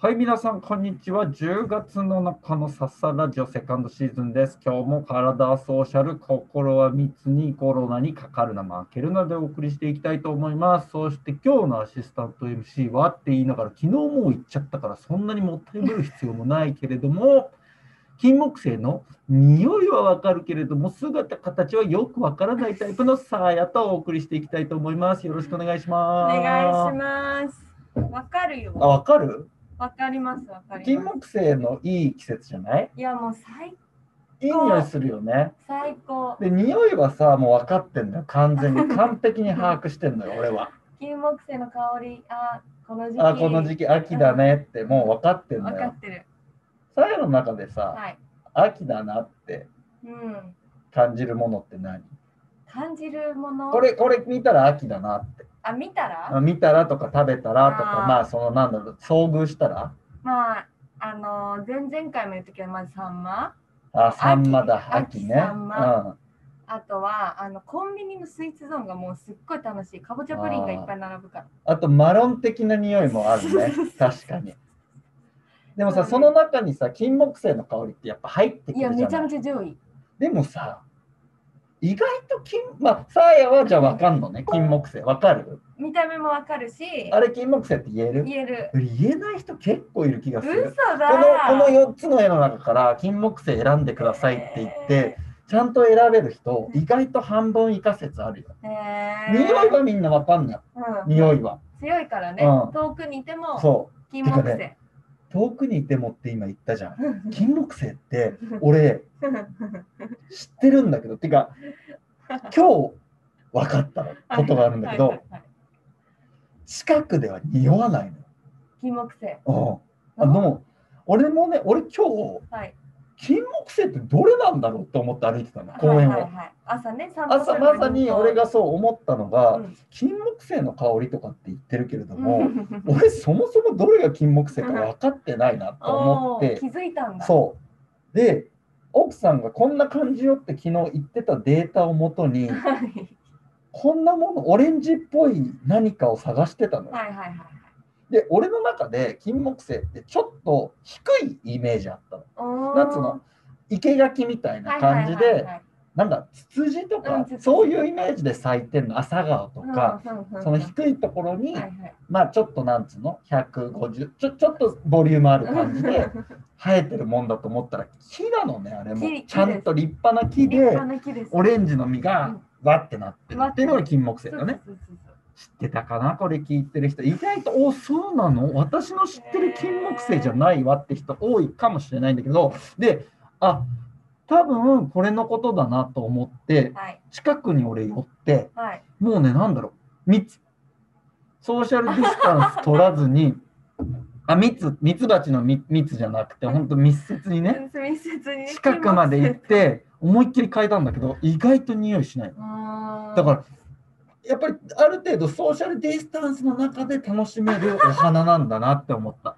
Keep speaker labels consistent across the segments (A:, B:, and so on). A: はい、皆さん、こんにちは。10月の中のさっさラジオセカンドシーズンです。今日も体はソーシャル、心は密にコロナにかかるな、負けるなでお送りしていきたいと思います。そして今日のアシスタント MC はって言いながら、昨日もう行っちゃったから、そんなにもったいぶる必要もないけれども、金木犀の匂いはわかるけれども、姿形はよくわからないタイプのサーヤとお送りしていきたいと思います。よろしくお願いし
B: お
A: ます。
B: 願いします。わかる
A: あ、
B: よ。
A: わかる
B: わかります。わかり
A: 金
B: ま
A: 木
B: す。
A: 犀のいい季節じゃない
B: いや、もう最
A: いい匂いするよね。
B: 最高。
A: で、匂いはさ、もう分かってんだよ。完全 に。完璧に把握してんのよ、俺は。
B: 金木犀の香り、あ、この時期。
A: あ、この時期秋だねって、もう分かってん
B: わ
A: だ
B: か
A: よ
B: っ。てる。
A: さやの中でさ、
B: はい。
A: 秋だなって
B: うん。
A: 感じるものって何
B: 感じるもの。
A: これ、これ見たら秋だなって。
B: あ、見た
A: あ
B: ら。
A: 見たらとか食べたらと
B: あ
A: か、
B: ー
A: まあ、そのなんだろう、遭遇したら。
B: まあ、あの、前々回も言ったけど、まずサンマ。
A: あ、サンマだ、
B: 秋
A: 秋ね。
B: 秋
A: う
B: サン
A: ん。
B: マ
A: あ
B: あとは、あの、コンビニのスイーツゾーンがもうすっごい楽しい。かぼちゃプリンがいっぱい並ぶから。
A: と、マロン的な匂いもある ね。確かに。でもさ、そ
B: そうね
A: の中にさ、金木犀の香りってやっぱ入ってくる
B: い
A: じゃ
B: や、
A: ない
B: めちゃめちゃ上位。
A: でもさ、意外と金、まあ、サーヤはじゃあわかんのね、金木犀。わかる
B: 見た目もわかるし。
A: あれ金木犀って言える
B: 言える。
A: 俺言えない人結構いる気がす
B: 嘘
A: る。こ
B: だ。
A: のこの4つの絵の中から金木犀選んでくださいって言って、ちゃんと選べる人、意外と半分以下説あるよ。
B: えー
A: 匂いはみんなわかんない。
B: うん、
A: 匂いは。
B: 強いからね、
A: うん
B: 遠くにいても
A: そう。
B: 金木
A: てか
B: 犀、
A: 遠くにいてもって今言ったじゃん。金木犀って俺 知ってるんだけど、てか今日分かったことがあるんだけ
B: はい
A: ど
B: は、いはい
A: 近くでは匂わない
B: 金木犀
A: の。うん、あの俺もね、俺今日、
B: はい
A: 金木犀ってどれなんだろうと思って歩いてたの、公園
B: はいは
A: を
B: い。はい、朝ね散歩す
A: 朝
B: る
A: まさに俺がそう思ったのが、
B: うん
A: 金木犀の香りとかって言ってるけれど も、
B: う
A: 俺そもそもどれが金木犀か分かってないなと思
B: 思
A: っ
B: ってて、気づいたんだう
A: そう。で、奥さんがこんな感じよって昨日言ってたデータをもとに、
B: はい
A: こんなもの、オレンジっぽい何かを探してたのよ。
B: はいはいはい
A: で、俺の中で金木犀ってちょっと低いイメージあったの。
B: おー
A: なんつうの生垣みたいな感じ
B: はいはい
A: で
B: はい、
A: なんだ、ツツジと
B: う
A: か
B: んツ、ツジ
A: そういうイメージで咲いてんの、朝顔とか、
B: うんうんうんうん
A: その低いところに
B: は、いはい
A: まあちょっとなんつうの、150、ちょちょっとボリュームある感 じで、生えてるもんだと思ったら木なのねあれも
B: 木
A: ちゃんと立派な木
B: 立
A: で
B: 派な木です
A: オレンジの実がわってなってるっ
B: わってて
A: い
B: る
A: うのが金木犀
B: そう
A: だね
B: そうそうそう
A: 知ってたかなこれ聞いてる人意外とおそうなの私の知ってる金木犀じゃないわって人多いかもしれないんだけどであ多分これのことだなと思って
B: はい
A: 近くに俺寄って
B: はい
A: もうねなんだろう密ソーシャルディスタンス取らずにあ密密蜂の密密じゃなくて本当密接にね
B: 密接にね
A: 近くまで行っ
B: 金木 犀
A: て思いっきり嗅いだんだけど意外と匂いしないの
B: うーん
A: だからやっぱりある程度ソーシャルディスタンスの中で楽しめるお花なんだなって思った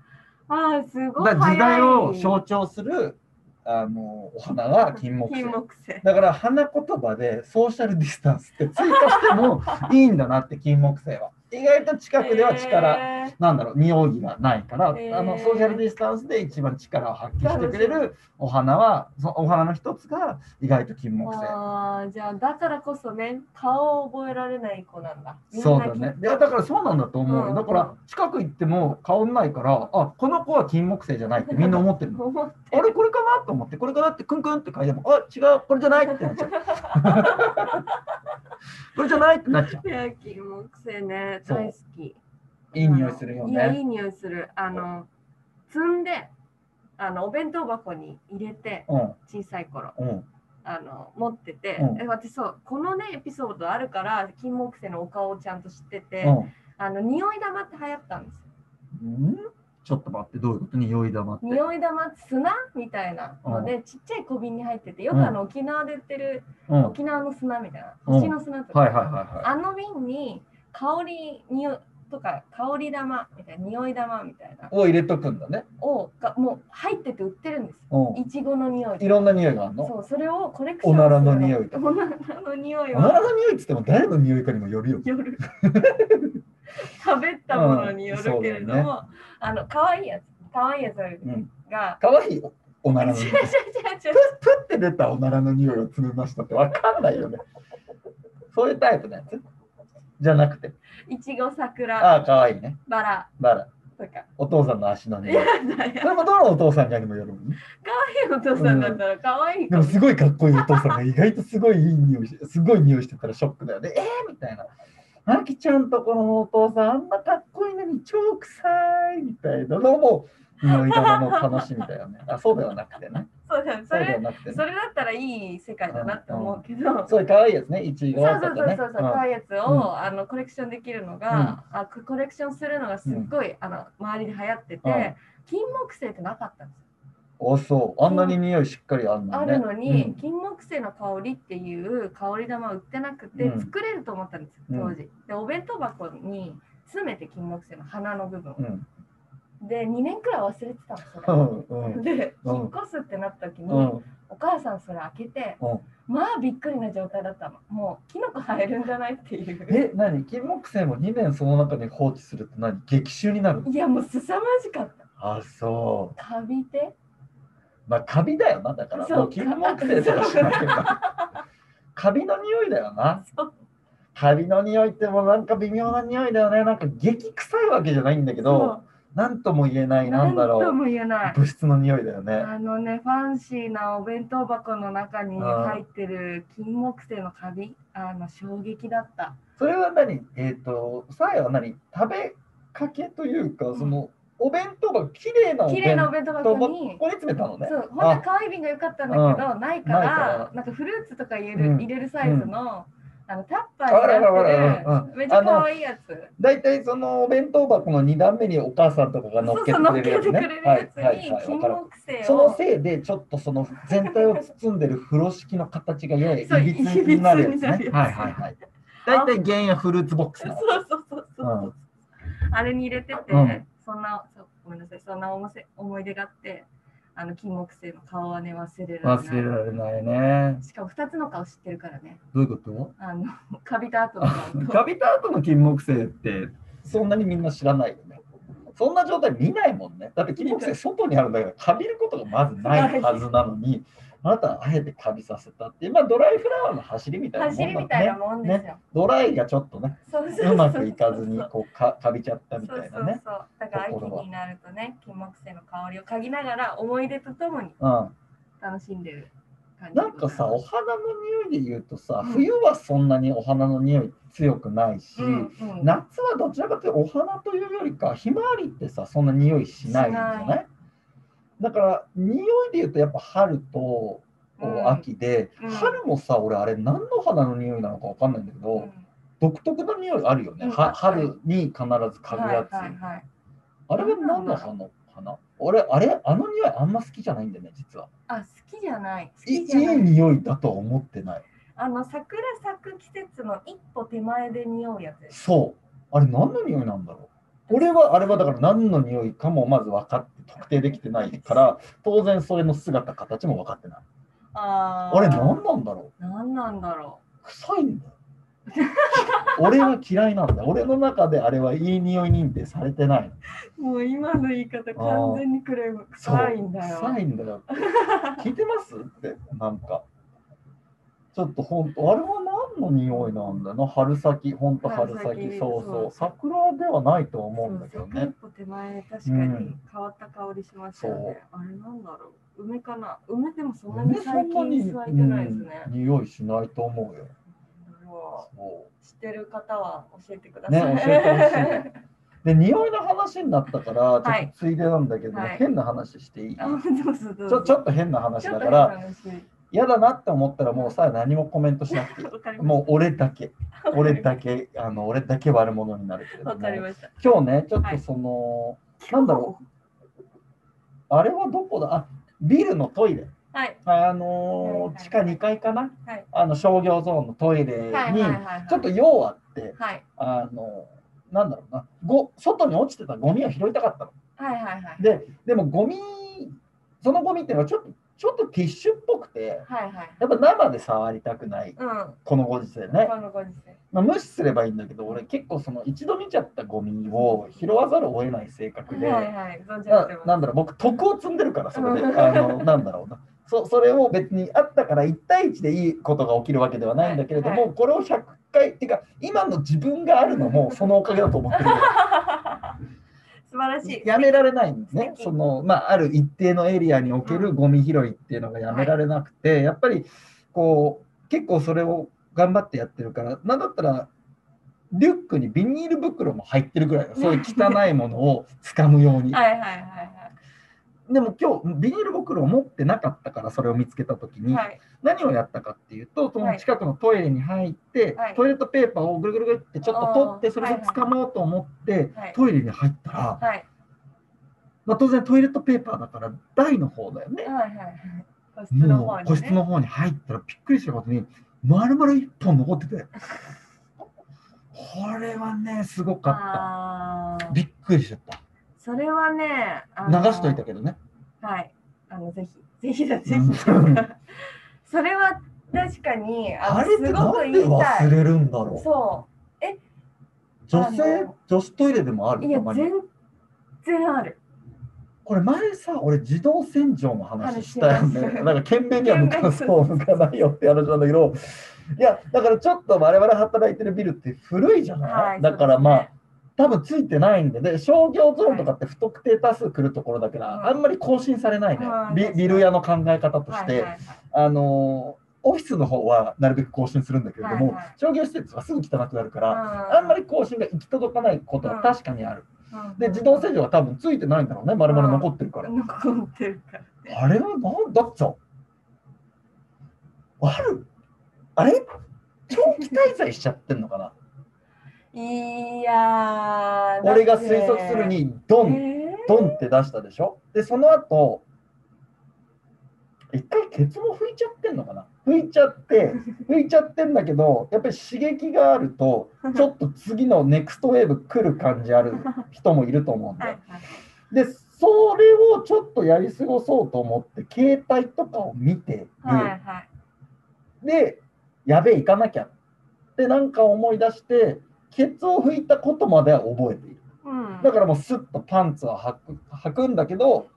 B: あーすごい
A: だから時代を
B: 早
A: 象徴するあのお花が金木
B: い
A: 犀
B: 金木犀
A: だから花言葉でソーシャルディスタンスって追加してもいいんだなって金木犀は意外と近くでは力、
B: へー
A: なんだろう匂いがないから、
B: へー
A: あのソーシャルディスタンスで一番力を発揮してくれるお花はそのお花の一つが意外と金木犀
B: あーじゃあだからこそね顔を覚えられない子なんだみんな
A: そうだねいやだからそうなんだと思うよ、
B: うん
A: だから近く行っても顔ないからあこの子は金木犀じゃ ないってみんな思ってるの
B: 思っ
A: あれこれかなと思ってこれかなってクンクンって嗅いでもあ違うこれじゃないってなっちゃう これじゃないってなっちゃう
B: てやきもくせね
A: そう
B: 大好き
A: いい匂いするよ
B: いやい
A: ね
B: い匂いするあの積んであのお弁当箱に入れて
A: うん
B: 小さい頃
A: うん
B: あの持ってて、
A: うん
B: え私そうこのねエピソードあるから金木犀のお顔をちゃんと知ってて、
A: うん
B: あの匂い玉って流行ったんですよ
A: うんちょっと待ってどういうこと匂い玉って
B: 匂い玉って砂みたいなので、ちっちゃい小瓶に入っててよくあの沖縄で売ってる
A: うんはい
B: 沖縄の砂みたいな
A: うん
B: 星の砂とか、
A: はいはいはい
B: あの瓶に香りにおとか香り玉みたいな匂い玉みたいな
A: を入れとくんだね。
B: をがもう入ってて売ってるんですよ
A: うん。
B: いちごの匂い
A: いろんな匂いがあるの。
B: そうそれをコレクション
A: おならの匂いと
B: とおならの匂い
A: おなら
B: は
A: の匂いっつっても誰の匂いかにもよるよ。
B: 夜食べたものによるけれども、
A: うんそうだ
B: あの可愛いやつかわいいよ、それ
A: うん、
B: が。
A: かわいいおおならの
B: 違う違
A: 匂 い。
B: う違う違う。
A: プって出たおならの匂いを詰めましたってわかんないよね。そういうタイプのやつじゃなくて。
B: いちご、桜、
A: ああ、かわいいね。
B: バラ
A: バラ。
B: とか。
A: お父さんの足の匂
B: い
A: い。
B: や
A: こ
B: だよ。
A: れもどのお父さんかにもよるもんね。
B: お父さんだったら可愛い
A: で
B: か
A: も
B: も。
A: すごいかっこいいお父さんが意外とすごいいい匂いして、すごい匂いしてたらショックだよね。えー、みたいな。あきちゃんとこのお父さんあんなかっこいいのに超臭いみたいなのも匂い玉の楽しみだよ ね。あそうではなくてね。
B: そうだよ。そ
A: そうでは
B: れ、
A: なくてね
B: そ。れだったらいい世界だなって思うけど。そう
A: そういう可愛いやつね、いちご
B: そう
A: と
B: そ
A: か
B: うそう
A: ね。
B: そう、
A: うん
B: 可愛いやつをあのコレクションできるのが、あココレクションするのがすっごい、あの周りで流行ってて、
A: うん
B: 金木犀ってなかったんですよ。
A: おそう、あんなに匂いしっかりあるのね。
B: あるのに、
A: うん
B: 金木犀の香りっていう香り玉売ってなくて、
A: うん
B: 作れると思ったんですよ
A: うん
B: 当時、でお弁当箱に詰めて金木犀の花の部分を
A: うん。
B: で2年くらい忘れてたんです
A: う
B: よ、
A: ん。うん。
B: で
A: うん
B: 引っ越すってなった時に、
A: うん。
B: お母さんそれ開けて、
A: うん
B: まあびっくりな状態だったのもうキノコ生えるんじゃないっていう
A: え、何金木犀も2年その中に放置すると何激臭になるの
B: いやもう凄まじかった
A: あ、そう。
B: カビて
A: まあ、カビだよな、だから。
B: そう
A: もう金木犀とかしなければ。カビの匂いだよな。
B: そう
A: カビの匂いってもうなんか微妙な匂いだよね。なんか激臭いわけじゃないんだけど、なんとも言えな
B: そう
A: い、なんだ
B: なんと
A: ろう。
B: も言えない
A: 物質の匂いだよね。
B: あのね、ファンシーなお弁当箱の中に入ってる金木犀のカビ、あの衝撃だった。
A: それは何えっ、と、さえは何食べかけというか、その、お弁当が綺麗なお
B: 綺麗なお
A: 弁
B: 弁当
A: 当
B: 箱
A: 箱
B: に
A: に。詰めたのね
B: そ。う、本当は可愛い瓶が良かったんだけど、ないから
A: ないから
B: なんかフルーツとか入れる、
A: うん
B: 入れるサイズの、あのタッパー
A: あららららら
B: になってる、めっちゃ可愛いやつ。
A: だいたいそのお弁当箱の2段目にお母さんとかが乗っ
B: そう
A: け
B: そ
A: て
B: う、乗っ
A: く
B: け
A: れ
B: て
A: る
B: く
A: やつね
B: れる。
A: は
B: や
A: い
B: つ
A: はい
B: に
A: はい、
B: 金
A: わかる。
B: 木犀を。
A: そのせいで、ちょっとその全体を包んでる風呂敷の形がややいびつ
B: そう
A: になるやつね。
B: いびつになるやつ
A: はいはいはい。だいたい原因はフルーツボックスなの。
B: そうそうそうそうう。あれに入れてて、
A: うん
B: そんなそうごめんなさい、そんな思せ思い出があって、あの金木犀の顔はね忘れられない。
A: 忘れられないね。
B: しかも二つの顔知ってるからね。
A: どういうこと
B: あの カビた後の顔と。
A: カビた後の金木犀ってそんなにみんな知らないよね。そんな状態見ないもんね。だって金木犀外にあるんだからカビることがまずないはずなのに、あなたはあえてカビさせたっていう、まあドライフラワーの走りみたいなもん
B: 走
A: だ
B: りみたい
A: ね
B: な。もんですよ。
A: ドライがちょっとね、
B: そうそうそう
A: うまくいかずに
B: そう
A: こうかカビちゃったみ
B: そ
A: たいう
B: そ
A: な
B: う
A: ね。
B: そう。だから秋になるとね、金木犀の香りを嗅ぎながら思い出とともに
A: うん、
B: 楽しんでる感じで
A: な
B: ござい
A: ん
B: ます。
A: かさ、お花の匂いで言うとさ、
B: うん
A: 冬はそんなにお花の匂い強くないし、
B: うんうん、
A: 夏はどちらかというとお花というよりかひまわりってさそんな匂いしないんじゃ
B: し
A: な
B: ない
A: だから匂いで言うとやっぱ春とこう
B: うん
A: 秋で、
B: うん
A: 春もさ俺あれ何の花の匂いなのかわかんないんだけど、
B: うん
A: 独特な匂いあるよね、
B: うん
A: は
B: ある
A: 春に必ず嗅ぐやつ、
B: はいはいはい、
A: あれは何の花かな俺あれあの匂いあんま好きじゃないんだよね実は
B: あ、好きじゃない。好
A: いい
B: き
A: い
B: じゃない。
A: 匂いだとは思ってない
B: あの桜咲く季節の一歩手前で匂うやつです。
A: そう。あれ何の匂いなんだろう俺はあれはだから何の匂いかもまず分かって特定できてないから当然それの姿形も分かってない。
B: あー
A: あれ何なんだろ
B: なんなんだろ
A: う臭いんだ よ。俺は嫌いなんだ。俺の中であれはいい匂い認定されてない。
B: う。もう今の言い方完全にクレーム。
A: そう
B: 臭いんだよ。
A: 臭いんだ よ。聞いてますってなんか。ちょっと本当あれは何の匂いなんだよな春先本当春先
B: 春先
A: そうそ
B: そうう
A: 桜ではないと思うんだけど
B: そう桜
A: ね
B: 一歩手前確かに変わった香りしますよね。あれなんだろう。梅かな。梅でもそんなに最近吸われてないですね。
A: うん匂いしないと思うよ。
B: も
A: そう
B: 知ってる方は教えてくだ
A: う
B: さ
A: ね
B: い。
A: 教えてほしい。で匂いの話になったからちょ
B: は
A: っ
B: い
A: とついでなんだけど、
B: はい
A: 変な話していい、
B: あどうぞどう
A: ちょ
B: ぞ。
A: ちょっと変な話
B: ち
A: だ
B: ょっと
A: から
B: 変な話。
A: 嫌だなって思ったらもうさ何もコメントし なくていい。
B: わかりました。
A: もう俺だけ俺だけあの俺だけ悪者になるけれど
B: わ
A: も
B: かりました。
A: 今日ねちょっ
B: は
A: と
B: い
A: その、なんだろうあれはどこだあビルのトイレ
B: はい。
A: あ
B: はいは
A: の
B: い
A: ー地下2階かな、
B: はい
A: あの商業ゾーンのトイレに、
B: はいはいはいはい。
A: ちょっと用あって、
B: はい。
A: あの、なんだろうな、ご外に落ちてたゴミを拾いたかったの。
B: はいはいはい。
A: で、でもゴミ、そのゴミっていうのはちょっとちょっとティッシュっぽくて、
B: はいはい。
A: やっぱ生で触りたくない、
B: うん。
A: このご時世ね。
B: このご時世。
A: まあ、無視すればいいんだけど、俺結構その一度見ちゃったゴミを拾わざるを得ない性格で、
B: はいはい。存じ上
A: な
B: げてま
A: なんだろう、僕、徳を積んでるから、そ れで、
B: うん
A: あのなんだろうな。そそれを別にあったから1対1でいいことが起きるわけではないんだけれども、
B: はい
A: これを100回っていうか今の自分があるのもそのおかげだと思ってる
B: す。素晴らしい。
A: やめられないんですね
B: 素。敵
A: そのまあある一定のエリアにおけるゴミ拾いっていうのがやめられなくて、やっぱりこう結構それを頑張ってやってるから、なんだったらリュックにビニール袋も入ってるぐらいのそういう汚いものを掴むように。
B: はいはいはいはい。
A: でも今日ビニール袋を持ってなかったからそれを見つけた時に、
B: はい、
A: 何をやったかっていうとその近くのトイレに入って、
B: はい
A: トイレットペーパーをぐるぐるぐるってちょっと取って
B: あー
A: それで掴もうと思って、
B: はい
A: トイレに入ったら。
B: はい、
A: まあ、当然トイレットペーパーだから台の方だよね。
B: はい、はい。個室の
A: も
B: 方
A: う
B: に、ね。
A: 個室の方に入ったらびっくりしたことに丸々一本残っててこれはねすごか
B: あ
A: った
B: ー
A: びっくりしちゃった
B: それはね、あの
A: 流しといたけどね
B: はい。あの、ぜひ、ぜひだ、ぜひ
A: うん。
B: それは確かに、あの
A: あれって
B: す
A: な
B: ごく
A: ん
B: 言
A: で
B: いた
A: 忘
B: い。
A: れるんだろう
B: そう。
A: 女
B: あ
A: 性
B: の
A: 女子トイレでもある
B: いや
A: たま、に
B: 全然ある。
A: これ前さ俺自動洗浄の話したよね
B: 話しま
A: なん
B: す
A: か懸命には向か
B: 懸命
A: そう向かないよって話なんだけどいやだからちょっと我々働いてるビルって古いじゃない、
B: はい。
A: だからまあ
B: そ
A: 多分ついてないんで、で商業ゾーンとかって不特定多数来るところだから、
B: はい
A: あんまり更新されないね、
B: はい
A: ビビル屋の考え方と
B: うです
A: し
B: ね、
A: て、
B: はいはい
A: あのーオフィスの方はなるべく更新するんだけれども、
B: はいはい
A: 商業施設はすぐ汚くなるから、
B: はい、
A: あんまり更新が行き届かないことは確かにある、
B: うん
A: で自動洗浄は多分ついてないんだろうね丸々残ってるから、
B: 残ってるから。
A: あれはなんだっちゃあるあれ長期滞在しちゃってんのかな
B: いやー。
A: 俺が推測するにド
B: だっ
A: ン
B: て、え
A: ドンって出したでしょで、その後、一回ケツも拭いちゃってんのかな拭いちゃって、拭いちゃってんだけど、やっぱり刺激があると、ちょっと次のネクストウェーブ来る感じある人もいると思うん
B: ー
A: だ
B: は
A: よ
B: い。はい
A: で、それをちょっとやり過ごそうと思って、携帯とかを見てる。
B: はいはい。
A: で、やべえ、行かなきゃってなんか思い出して、ケツを拭いたことまでは覚えている。
B: うん
A: だからもうスッとパンツは履く履くんだけど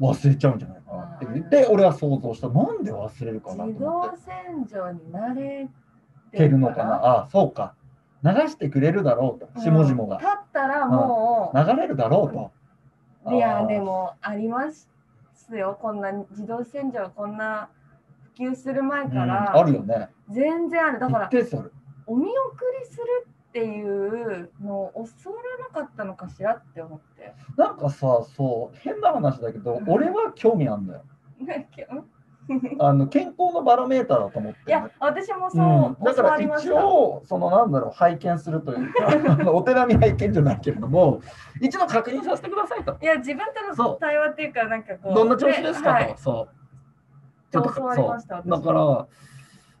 A: 忘れちゃうんじゃないかなって言って俺は想像したなんで忘れるかな
B: 自
A: と思っ
B: 動
A: て
B: 洗浄に慣れ
A: 蹴るのかなああそうか流してくれるだろうと下々
B: 立
A: が
B: ったらも
A: 流れるだろうと
B: う、いや
A: あー
B: でもありますよこんな自動洗浄こんな普及する前
A: う
B: か
A: ん
B: ら、
A: あるよね
B: 全然あるだから
A: 一定数ある
B: お見送りするっていうのを恐れなかったのかしらって思 って
A: なんかさそう変な話だけど
B: うん
A: 俺は興味あんだよ
B: ねけん
A: あの健康のバロメーターだと思って
B: い
A: る
B: や私もそう、
A: うん、だか
B: 教わ
A: ら
B: りまし
A: 一
B: た
A: 応そのなんだろう拝見するというか あのお手並み拝見じゃないけれども一度確認させてくださいと
B: いや自分と
A: そ
B: の
A: う
B: 対話っていうかなんかこう
A: どんな調子ですかと、
B: ねはい
A: そうちょっと
B: 教わりました
A: そう
B: 私
A: だから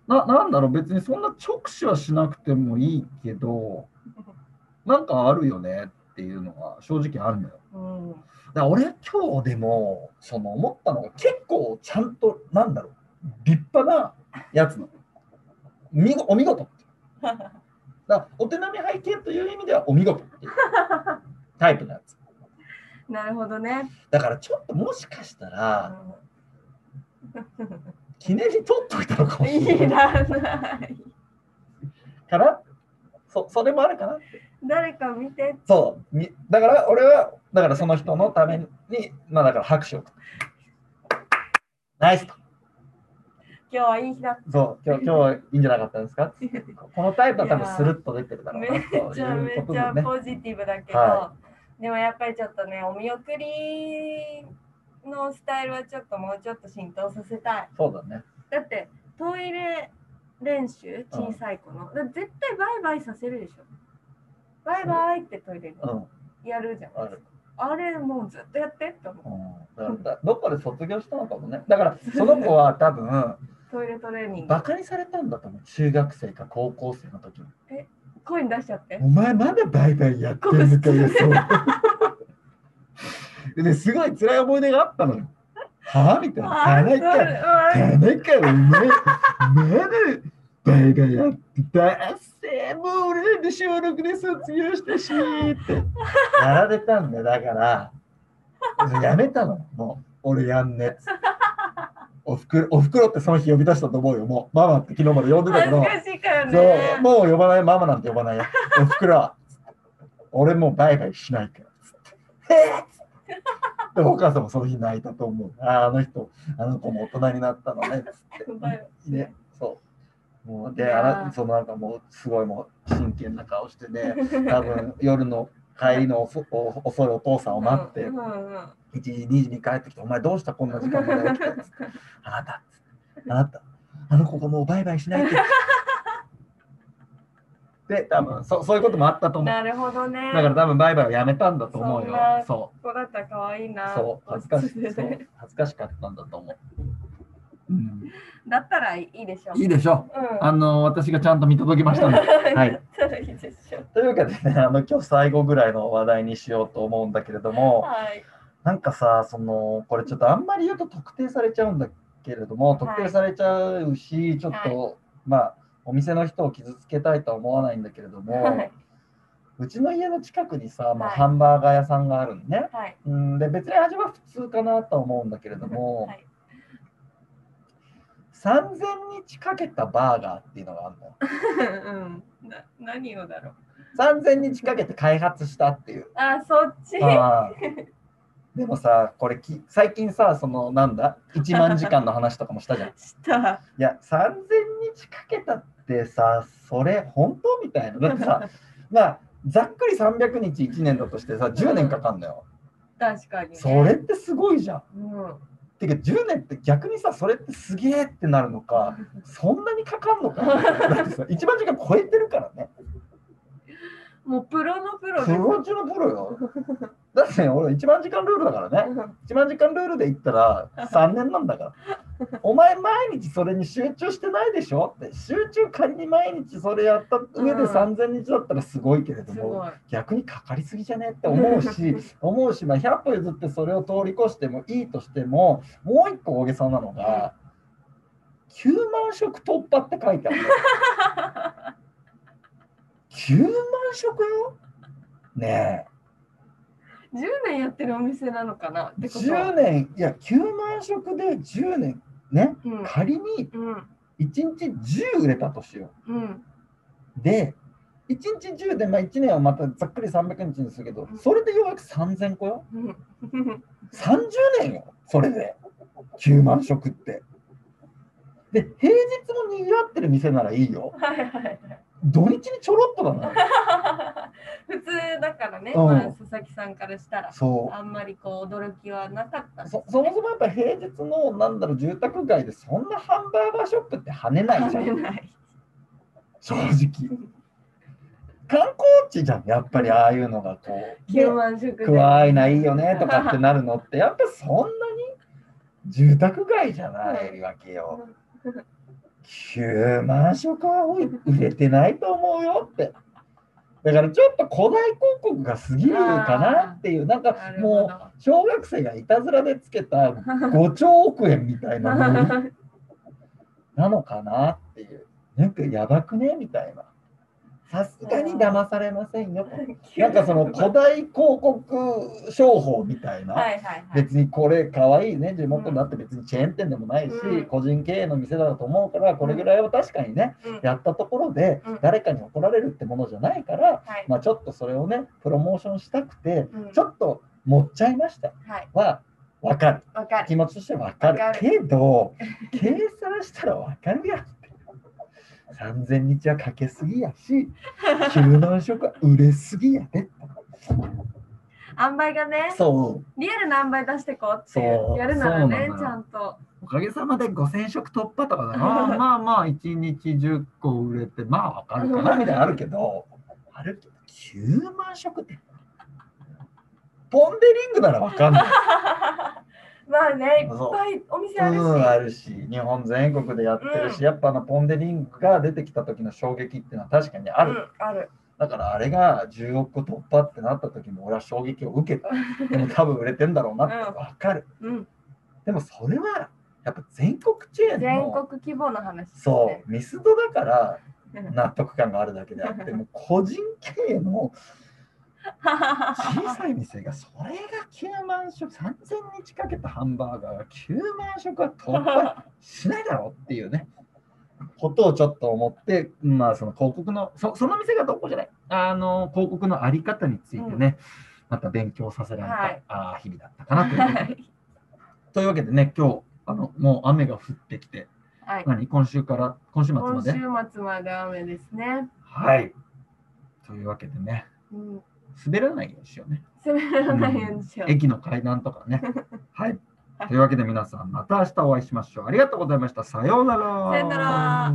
A: ななんだろう別にそんな直視はしなくてもいいけどなんかあるよねっていうのは正直あるのよ
B: うん
A: だから俺は今日でもその思ったのが結構ちゃんとなんだろう立派なやつなの見ごお見事だからお手並み拝見という意味ではお見事っていうタイプのやつ
B: なるほどね、
A: だからちょっともしかした
B: う
A: ら
B: ん
A: 記念に取っといたのかもしれ
B: い
A: ない
B: らない。
A: からそそれもあるかな
B: 誰か見て。
A: そうみだから俺はだからその人のためにまあだから拍手をナイスと
B: 今日はいい日だ。
A: そう今日今日はいいんじゃなかったです かこのタイプは多分スルッと出てるだろう
B: め
A: なと
B: ちゃめ
A: いうこと
B: ち
A: で
B: ゃ
A: ね
B: ポジティブだけど、
A: は
B: でもやっぱりちょっとね、お見送りのスタイルはちょっともうちょっと浸透させたい。
A: そうだね
B: だってトイレ練習、小さい子の。だ絶対バイバイさせるでしょ。バイバイってトイレ
A: うん、うん
B: でやるじゃん。
A: ある
B: あれもうずっとやってって思う。
A: だからどっかで卒業したのかもねだからその子は多分
B: トイレトレーニング
A: バ。カにされたんだと思う中学生か高校生の時に
B: 声に出しちゃって。
A: お前まだバイバイやってる のかよそうでねすごい辛い思い出があったのよはあみたいな。金か、金か、お前、まだ、バイがやってた。せもう俺で小6で卒業したし、って。やられたんだよ、だから。やめたの、もう。俺やんね。おふくろおふくろってその日呼び出したと思うよ、もう。ママって昨日まで呼んでたけど。
B: 恥ずかしいからね
A: そう、。もう呼ばない、ママなんて呼ばないよ。おふくろは、俺もうバイバイしないから。つってへえつってでお母さんもその日泣いたと思う。あーあの人、あの子も大人になったのね。
B: うまい
A: ね、そう。もう
B: い
A: で、あ
B: やー
A: らそのなんかもう、すごいもう真剣な顔してね、多分夜の帰りの遅お遅いお父さんを待って、
B: うんうんうん
A: 1時、2時に帰ってきて、お前どうしたこんな時間まで起きたん ですかあなた、あなた、あの子がもうバイバイし ないって。で、多分そそういうこともあったと思う。
B: なるほどね。
A: だから多分バイバイをやめたんだと思う
B: そ
A: よ
B: んな。
A: そ、
B: ここだったら可愛いうな。
A: そう、恥ずかし
B: 個室
A: そ
B: で
A: う恥ずかしかったんだと思う。うん、
B: だったらいいでしょう。
A: いいでしょ
B: うん。
A: あの、私がちゃんと見届けましたの で。はい
B: だったらいいでしょう。
A: というわけでね、あの、今日最後ぐらいの話題にしようと思うんだけれども、
B: はい。
A: なんかさ、そのこれちょっとあんまり言うと特定されちゃうんだけれども、特定されちゃうし、ちょっと、まあ、お店の人を傷つけたいとは思わないんだけれども、
B: はいう
A: ちの家の近くにさ、まあ
B: はい
A: ハンバーガー屋さんがあるのね。
B: はい。
A: うんで、別に味は普通かなとは思うんだけれども、
B: はい
A: 3000日かけたバーガーっていうのがあるのよ。
B: うん。な何をだろう。
A: 3000日かけて開発したっていう。
B: あ、そっち。
A: ああでもさ、これき最近さ、そのなんだ、1万時間の話とかもした じゃん。い
B: した。
A: や、3000日かけたってさ、それ本当みたいな。だってさ、 まあ、ざっくり300日1年だとしてさ、10年かかんだよ。
B: 確かにね。
A: それってすごいじゃん。
B: うん。
A: てか、10年って逆にさ、それってすげえってなるのか、そんなにかかんの か。だってさ、1万時間超えてるからね。
B: もうプロのプロ
A: プ
B: です。
A: ロ中のプロよ。だってね、俺1万時間ルールだからね。
B: うん
A: 1万時間ルールで言ったら3年 なんだから。お前毎日それに集中してないでしょって集中仮に毎日それやった上で
B: うん
A: 3000日だったらすごいけれど
B: す
A: も、
B: ご い。
A: 逆にかかりすぎじゃねって思う し思うし、まあ、100歩譲ってそれを通り越してもいいとしてももう一個大げさなのが9万食突破って書いてあるの。9万食よねえ。
B: 10年やってるお店なのかなってこと
A: 10年いや9万食で10年ね仮に
B: うんうん
A: 1日10売れたとしよ
B: うん
A: うで1日10で、まあ、1年はまたざっくり300日にするけど
B: うん
A: それでようやく3000個よ
B: うん
A: 30年よそれで9万食ってで平日もにぎわってる店ならいいよ
B: はいはい
A: 土日にちょろっとだな
B: 普通だからね、
A: うん
B: まあ、佐々木さんからしたら
A: そう
B: あんまりこう驚きはなかったんです
A: そそもそもやっぱ平日のなんだろう住宅街でそんなハンバーガーショップって 跳ねないじ ゃん
B: 食べない
A: 正直観光地じゃんやっぱりああいうのがこう
B: 9万食で
A: くわいないいよねとかってなるのってやっぱそんなに住宅街じゃないわけよ9万食は多い売れてないと思うよってだからちょっと古代広告が過ぎるかなっていうなんか
B: なるほ
A: も
B: ど
A: う小学生がいたずらでつけた5兆億円み たいなのになのかなっていう。なんかやばくねみたいな。さすがに騙されませんよ。なんかその古代広告商法みたいな。
B: はいはいはい
A: 別にこれかわいいね、地元だって別にチェーン店でもないし、
B: うん
A: 個人経営の店だと思うから、これぐらいは確かにね、
B: うん
A: やったところで
B: うん
A: 誰かに怒られるってものじゃないから、
B: はい
A: まあちょっとそれをね、プロモーションしたくて、
B: うん
A: ちょっと持っちゃいました
B: はい
A: はわかる。
B: わかる
A: 気持ちとしてわかる
B: わか
A: けど、計算したらわかるやん。3000日はかけすぎや し、9万食は売れすぎやね。
B: 塩梅がね
A: そう。
B: リアルな塩梅出してこうってい
A: そう
B: うやるならね
C: そうなのよ
B: ちゃんと
C: おかげさまで5000食突破とかだな。まあまあ、1日10個売れて、まあわかるかな。
A: 涙あるけど、あるけど9万食って。ポン・デ・リングならわかん ない。
B: まあねいっ
A: そう
B: ぱいお店あるし、
A: うん、あるし、日本全国でやってるし、
B: う
A: やっぱあのポン・デ・リングが出てきた時の衝撃っていうのは確かにある。
B: うんある
A: だからあれが10億個突破 ってなった時も俺は衝撃を受けた。でも多分売れてんだろうなって分かる。
B: うん
A: ででもそれはやっぱ全国チェーン
B: 全
A: の
B: 国規模の話です
A: そ
B: ね。
A: うミスドだから
B: そう。
A: 納得感があるだけであ ってもう個人経営の小さい店がそれが9万食3000日かけたハンバーガーが9万食は突破しないだろうっていうねことをちょっと思ってまあその広告のそその店がどこじゃないあの広告のあり方についてね、
B: う
A: また勉強させられた、
B: はい
A: あー日々だったかなという ことでというわけでね今日あのもう雨が降ってきて
B: はい。
A: 何今週から今週末ま
B: 今週
A: で
B: 末まで雨ですね。
A: はいというわけでね
B: うん。
A: 滑らないようにしようね
B: 滑らないようにしよう。
A: 駅の階段とか ね。はい。というわけで皆さん、また明日お会いしましょう。ありがとうございました。さようなら。
B: さようなら。